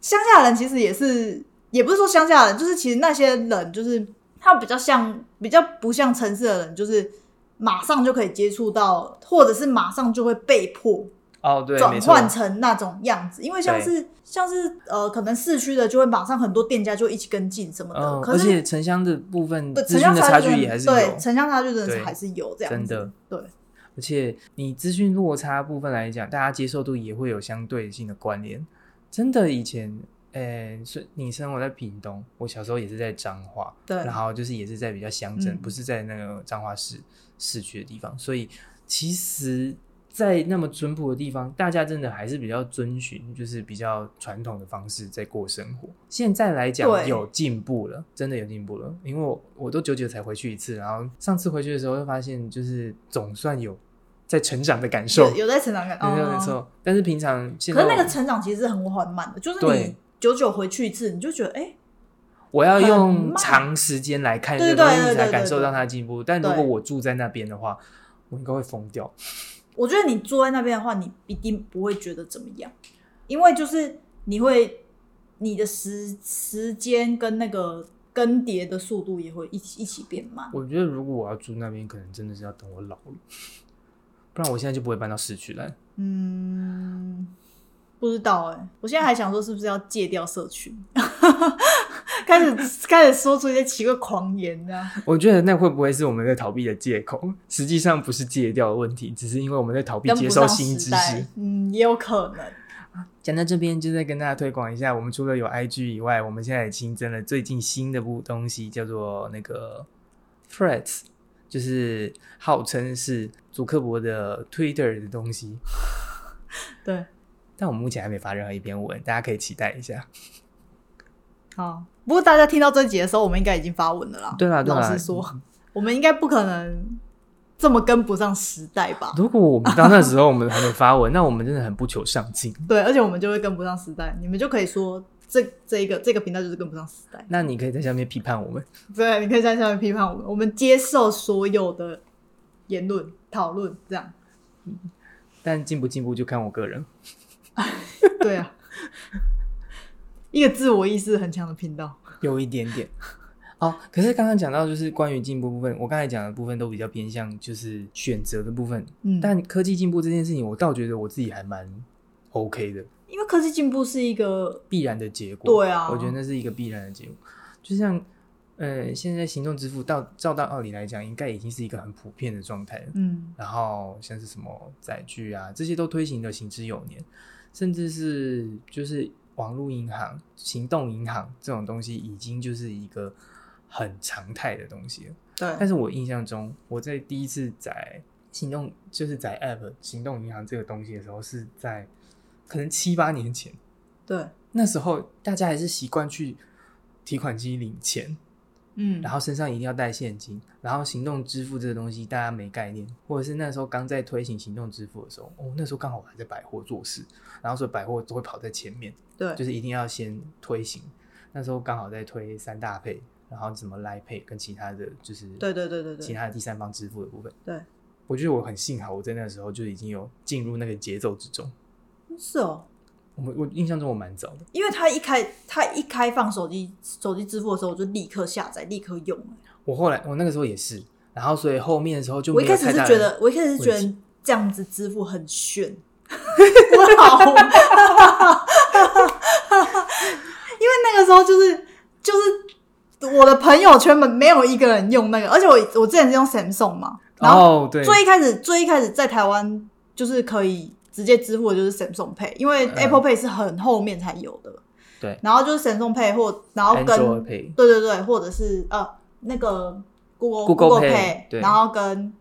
乡下人其实也是，也不是说乡下人，就是其实那些人就是他比较像比较不像城市的人，就是马上就可以接触到，或者是马上就会被迫
哦，对，
转
没错
换成那种样子，因为像是像是呃，可能市区的就会马上很多店家就一起跟进什么的，
嗯，
可
而
是
且城乡的部分
对
资
城
讯
乡
的
差
差
距真
距
的
也还是有，
对城乡差距真的
对
是还是有这样
真
子
的
对。
而且你资讯落差部分来讲，大家接受度也会有相对性的关联。真的，以前，诶、是你生活在屏东，我小时候也是在彰化，
对
然后就是也是在比较乡镇，
嗯
不是在那个彰化市市区的地方，所以其实，在那么淳朴的地方，大家真的还是比较遵循就是比较传统的方式在过生活。现在来讲
对
有进步了，真的有进步了，因为我我都久久才回去一次，然后上次回去的时候就发现，就是总算有在成长的感受
有，有在成长感，
没错没
哦。
错。但是平常现
可
在
是那
我
个成长其实是很缓慢的，就是
对
你久久回去一次，你就觉得哎、
我要
很
用
慢
长时间来看这
对
个东
对对
西
对
才
对
感受
对
到它的进步。但如
对
果我住在那边的话，我应该会疯掉。
我觉得你坐在那边的话，你一定不会觉得怎么样，因为就是你会你的时时间跟那个更迭的速度也会一起一起变慢。
我觉得如果我要住那边，可能真的是要等我老了， [LAUGHS] 不然我现在就不会搬到市区来。
嗯，不知道哎、我现在还想说是不是要戒掉社 [LAUGHS] 群，开始开始说出一些奇怪狂言啊。
我觉得那会不会是我们在逃避的借口？实际上不是戒掉的问题，只是因为我们在逃避
跟
接
不
受
上
新
时
知识
代。，嗯，也有可能。
讲到这边，就再跟大家推广一下，我们除了有 IG 以外，我们现在也新增了最近新的部东西，叫做那个 Threads，就是号称是祖克伯的 Twitter 的东西。
对，
但我们目前还没发任何一篇文，大家可以期待一下。
好。哦不过大家听到这集的时候，我们应该已经发文了啦。
对啦对啦
老实说，我们应该不可能这么跟不上时代吧？
如果我们到那时候我们还没发文，那我们真的很不求上进。
对，而且我们就会跟不上时代，你们就可以说这这一个这个频道就是跟不上时代。
那你可以在下面批判我们。
对，你可以在下面批判我们，我们接受所有的言论讨论，这样。
但进不进步就看我个人。
对啊，一个自我意识很强的频道。
有一点点。哦，可是刚刚讲到就是关于进步部分，我刚才讲的部分都比较偏向就是选择的部分，
嗯，
但科技进步这件事情，我倒觉得我自己还蛮 OK 的，
因为科技进步是一个
必然的结果。
对啊
我觉得那是一个必然的结果。就像呃，现在行动支付到照到道理来讲，应该已经是一个很普遍的状态了。
嗯
然后像是什么载具啊，这些都推行的行之有年，甚至是就是网络银行、行动银行这种东西，已经就是一个很常态的东西了。
对
但是我印象中，我在第一次载行动就是载 App 行动银行这个东西的时候，是在可能七八年前，
对
那时候大家还是习惯去提款机领钱，
嗯
然后身上一定要带现金，然后行动支付这个东西大家没概念，或者是那时候刚在推行行动支付的时候，哦，那时候刚好我还在百货做事，然后所以百货都会跑在前面，
对
就是一定要先推行。那时候刚好在推三大配，然后怎么来配跟其他的就是
对对对对对
其他的第三方支付的部分。
对，
我觉得我很幸好我在那时候就已经有进入那个节奏之中。
是哦，
我们我印象中我蛮早的，
因为他一开他一开放手机手机支付的时候，我就立刻下载，立刻用。
我后来我那个时候也是，然后所以后面的时候就
我一
没有
开始
太
是
大
觉
的哦
得，我一开始是觉
问
得
题
这样子支付很炫，我好，
哦
[LAUGHS] 因为那个时候就是就是我的朋友圈们没有一个人用那个，而且我我之前是用 Samsung 嘛，然后
哦对，
最一开始最一开始在台湾就是可以直接支付的就是 Samsung Pay，因为
嗯
Apple Pay 是很后面才有的，
对
然后就是 Samsung Pay 或然后跟
Android Pay
对对对，或者是呃那个 Google
Google Pay，对
然后跟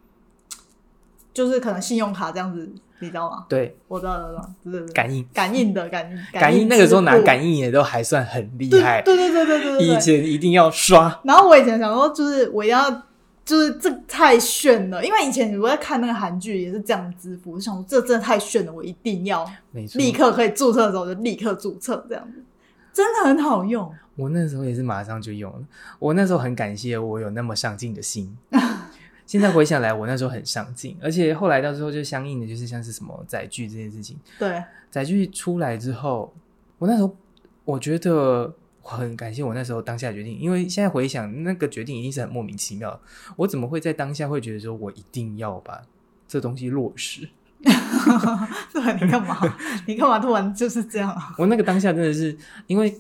就是可能信用卡这样子，你知道吗？
对
我知道，知道，对对对，
感应
感应的感应，
感应那个时候拿
支付
感应也都还算很厉害，
对对对对对对
以
对对。
前一定要刷，
然后我以前想说，就是我一定要。就是这太炫了，因为以前我在看那个韩剧也是这样支付，我就想说这真的太炫了，我一定要
没错，
立刻可以注册的时候就立刻注册，这样子真的很好用。
我那时候也是马上就用了。我那时候很感谢我有那么上进的
[LAUGHS]
心。现在回想来，我那时候很上进，而且后来到时候就相应的就是像是什么载具这件事情，
对， [LAUGHS]
载具出来之后，我那时候我觉得我很感谢我那时候当下的决定，因为现在回想那个决定一定是很莫名其妙的，我怎么会在当下会觉得说我一定要把这东西落实？
对你干嘛？ [LAUGHS] 你干嘛突然就是这样啊？
我那个当下真的是因为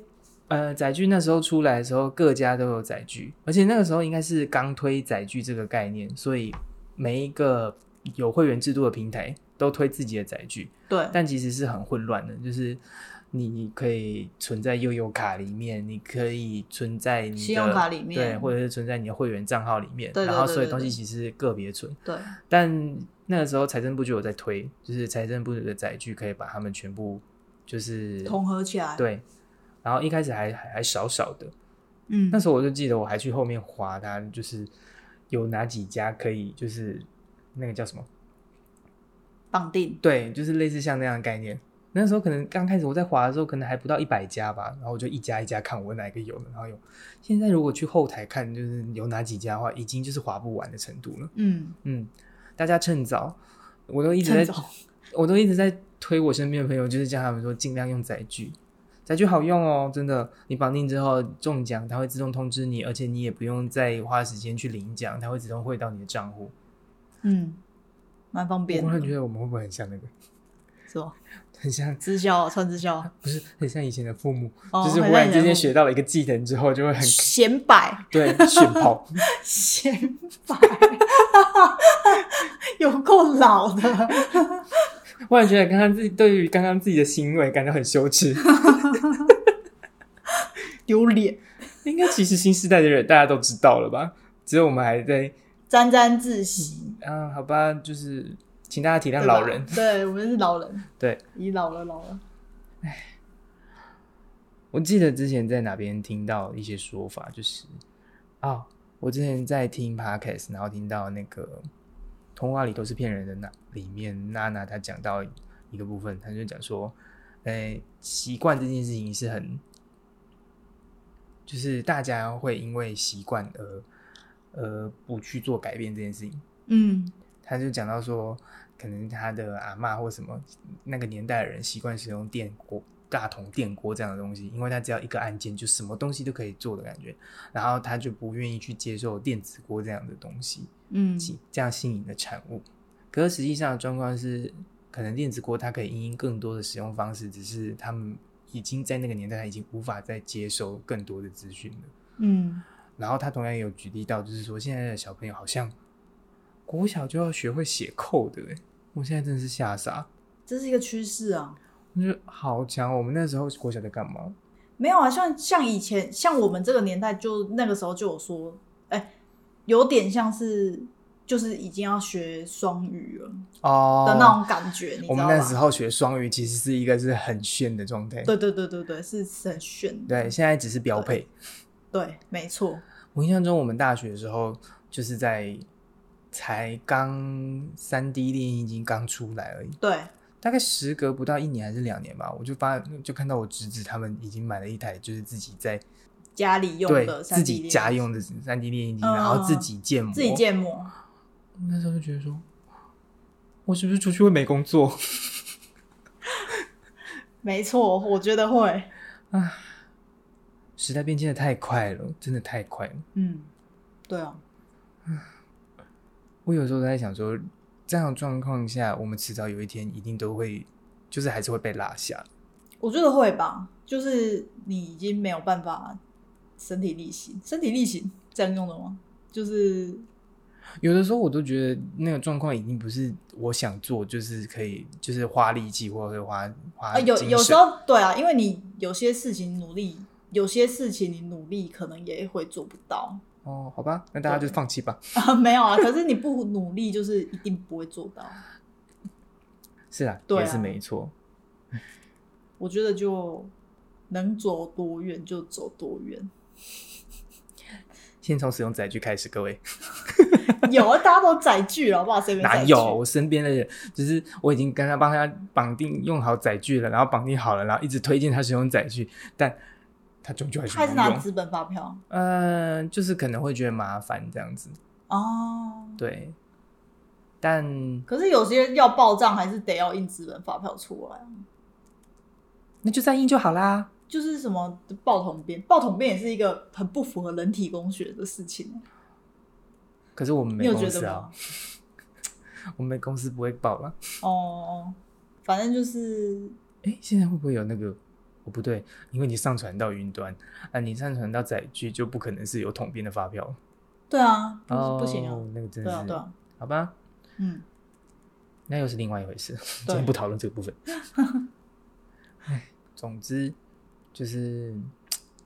呃载具那时候出来的时候，各家都有载具，而且那个时候应该是刚推载具这个概念，所以每一个有会员制度的平台都推自己的载具，
对
但其实是很混乱的，就是。你可以存在悠游卡里面，你可以存在你的
信用卡里面
对，或者是存在你的会员账号里面。
对对
然后
对
所有
对
东西
对
其实是个别存，
对
但那个时候财政部就有在推，就是财政部的载具可以把它们全部就是
统合起来。，
对，然后一开始还还还少少的，
嗯
那，时候我就记得我还去后面划它，就是有哪几家可以，就是那个叫什么？
绑定。
对，就是类似像那样的概念。那时候可能刚开始我在划的时候，可能还不到一百家吧，然后我就一家一家看我哪一个有，然后有。现在如果去后台看，就是有哪几家的话，已经就是划不完的程度了。
嗯，
嗯，大家趁早，我都一直在
趁早，
我都一直在推我身边的朋友，就是叫他们说尽量用载具，载具好用哦，真的。你绑定之后中奖，它会自动通知你，而且你也不用再花时间去领奖，它会自动汇到你的账户。
嗯，蛮方
我
便
忽然觉
的，
得我们会不会很像那个，
是吧？
很像
直销穿直销，
不是很像以前的父母，
哦
就是
很
忽然
像
之
以前的
间
父母
学到了一个技能之后，就
[LAUGHS]
会很
显摆
对炫跑。
显摆， [LAUGHS] 有够老的。
忽然觉得刚刚自己对于刚刚自己的行为感到很羞耻。 [LAUGHS]
丢脸，
应该其实新时代的人大家都知道了吧？只有我们还在
沾沾自喜。
啊，好吧，就是请大家体谅
对吧
嗯老人。
对我们是老人，
对，
已老了老了。
我记得之前在哪边听到一些说法，就是啊、我之前在听 podcast，然后听到那个《童话里都是骗人的》那里面娜娜她讲到一个部分，她就讲说，哎、习惯这件事情是很，就是大家会因为习惯而而不去做改变这件事情。
嗯，
他就讲到说，可能他的阿嬷或什么那个年代的人习惯使用电锅、大桶电锅这样的东西，因为他只要一个按键就什么东西都可以做的感觉，然后他就不愿意去接受电子锅这样的东西，
嗯，
这样新颖的产物。可是实际上的状况是，可能电子锅它可以因应更多的使用方式，只是他们已经在那个年代，他已经无法再接收更多的资讯了。
嗯，
然后他同样也有举例到，就是说现在的小朋友好像国小就要学会写扣的，欸我现在真的是吓傻，
这是一个趋势啊。
我觉得好强哦。我们那时候国小在干嘛？
没有啊，像像以前，像我们这个年代就，那个时候就有说，哎、有点像是就是已经要学双语了
哦
的那种感觉，你
我
知
们
道
那时
吧？
候学双语其实是一个是很炫的状态，
对对对对对，是是很炫的，
对，现在只是标配。
对，没错，
我印象中，我们大学的时候就是在才刚三 D 列印已经刚出来而已，
对，
大概时隔不到一年还是两年吧，我就发就看到我侄子他们已经买了一台，就是自己在
家里用
对
的3 D
自己
列
家
印
用的三 D 列印机，
嗯
然后自己建模，
自己建模，
我那时候就觉得说，我是不是出去会没工作？ [LAUGHS]
没错，我觉得会，
时代变迁的太快了，真的太快了。
嗯，对啊，
我有时候都在想说，这样的状况下，我们迟早有一天一定都会，就是还是会被落下。
我觉得会吧，就是你已经没有办法身体力行，身体力行这样用的吗？就是
有的时候我都觉得那个状况已经不是我想做，就是可以，就是花力气或者是花花、
啊，有有时，候对啊，因为你有些事情努力，有些事情你努力可能也会做不到 [LAUGHS]
哦，好吧，那大家就放弃吧。
啊，没有啊，可是你不努力就是一定不会做到。
是啊，
对啊
也是没错。
我觉得就能走多远就走多远， [LAUGHS]
先从使用载具开始，各位
有啊，大家都载具了，好不好？谁没载
哪
具？
有？我身边的人，就是我已经跟他帮他绑定用好载具了，然后绑定好了，然后一直推荐他使用载具，但他终究还是
他还是
不
拿
用。
资本发票
嗯、就是可能会觉得麻烦这样子，
哦。
对。但
可是有些要报账还是得要印资本发票出来啊，
那就再印就好啦。
就是什么报桶编，报桶编也是一个很不符合人体工学的事情。
可是我们
你
没
有
公
觉
司
得
啊
吗，？
我们公司不会报啊啦。
哦，反正就是
哎，现在会不会有那个？哦，不对，因为你上传到云端啊，你上传到载具就不可能是有统编的发票了。
对啊，不、
哦，
不行啊，
那个真
对
的
啊
是，
对啊，
好吧，
嗯，
那又是另外一回事， [LAUGHS]
对
今天不讨论这个部 [LAUGHS] 分。哎，总之就是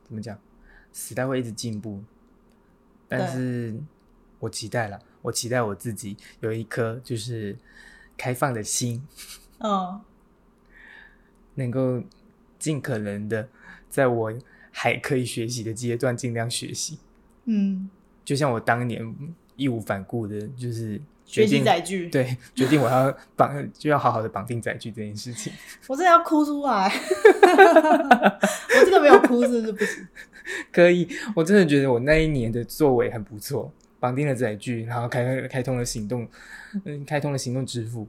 怎么讲，时代会一直进步，但
对
是我期待了，我期待我自己有一颗就是开放的心，
嗯，
能够尽可能的在我还可以学习的阶段尽量学习。
嗯，
就像我当年义无反顾的，就是决
学习
定
载具，
对，决定我要绑，就要好好的绑定载具这件事情。
我真的要哭出来， [LAUGHS] 我这个没有哭是不是不行？ [LAUGHS]
可以， [LAUGHS] 我真的觉得我那一年的作为很不错，绑定了载具，然后开开通了行动，嗯，开通了行动支付。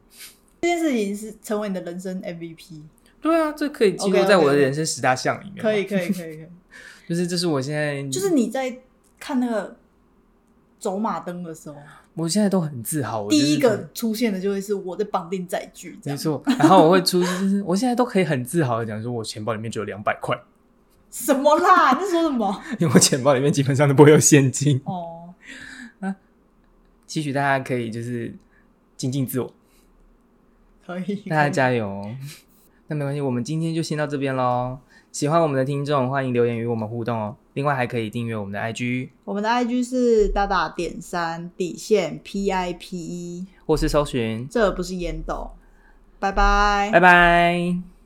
这件事情是成为你的人生
[LAUGHS]
MVP，
对啊，这可以记录
OK，OK，
在我的
OK
人生十大项里面嘛。
可以可以可以可以，
就是这是我现在，
就是你在看那个走马灯的时候，
我现在都很自豪。我就是
第一
很
个出现的就会是我在绑定载具，
没
这样
错，然后我会出，就是我现在都可以很自豪的讲说，我钱包里面只有两百块，
什么啦？你在说什么？ [LAUGHS]
因为我钱包里面基本上都不会有现金。
哦，
[LAUGHS] 期许大家可以就是精进自我，
可以，
大家
可以
加油 [LAUGHS] 哦。那没关系，我们今天就先到这边喽。喜欢我们的听众，欢迎留言与我们互动哦。另外还可以订阅我们的 IG，
我们的 IG 是大大点三底线 P I P E，
或是搜寻。
这不是烟斗，拜拜
拜。拜。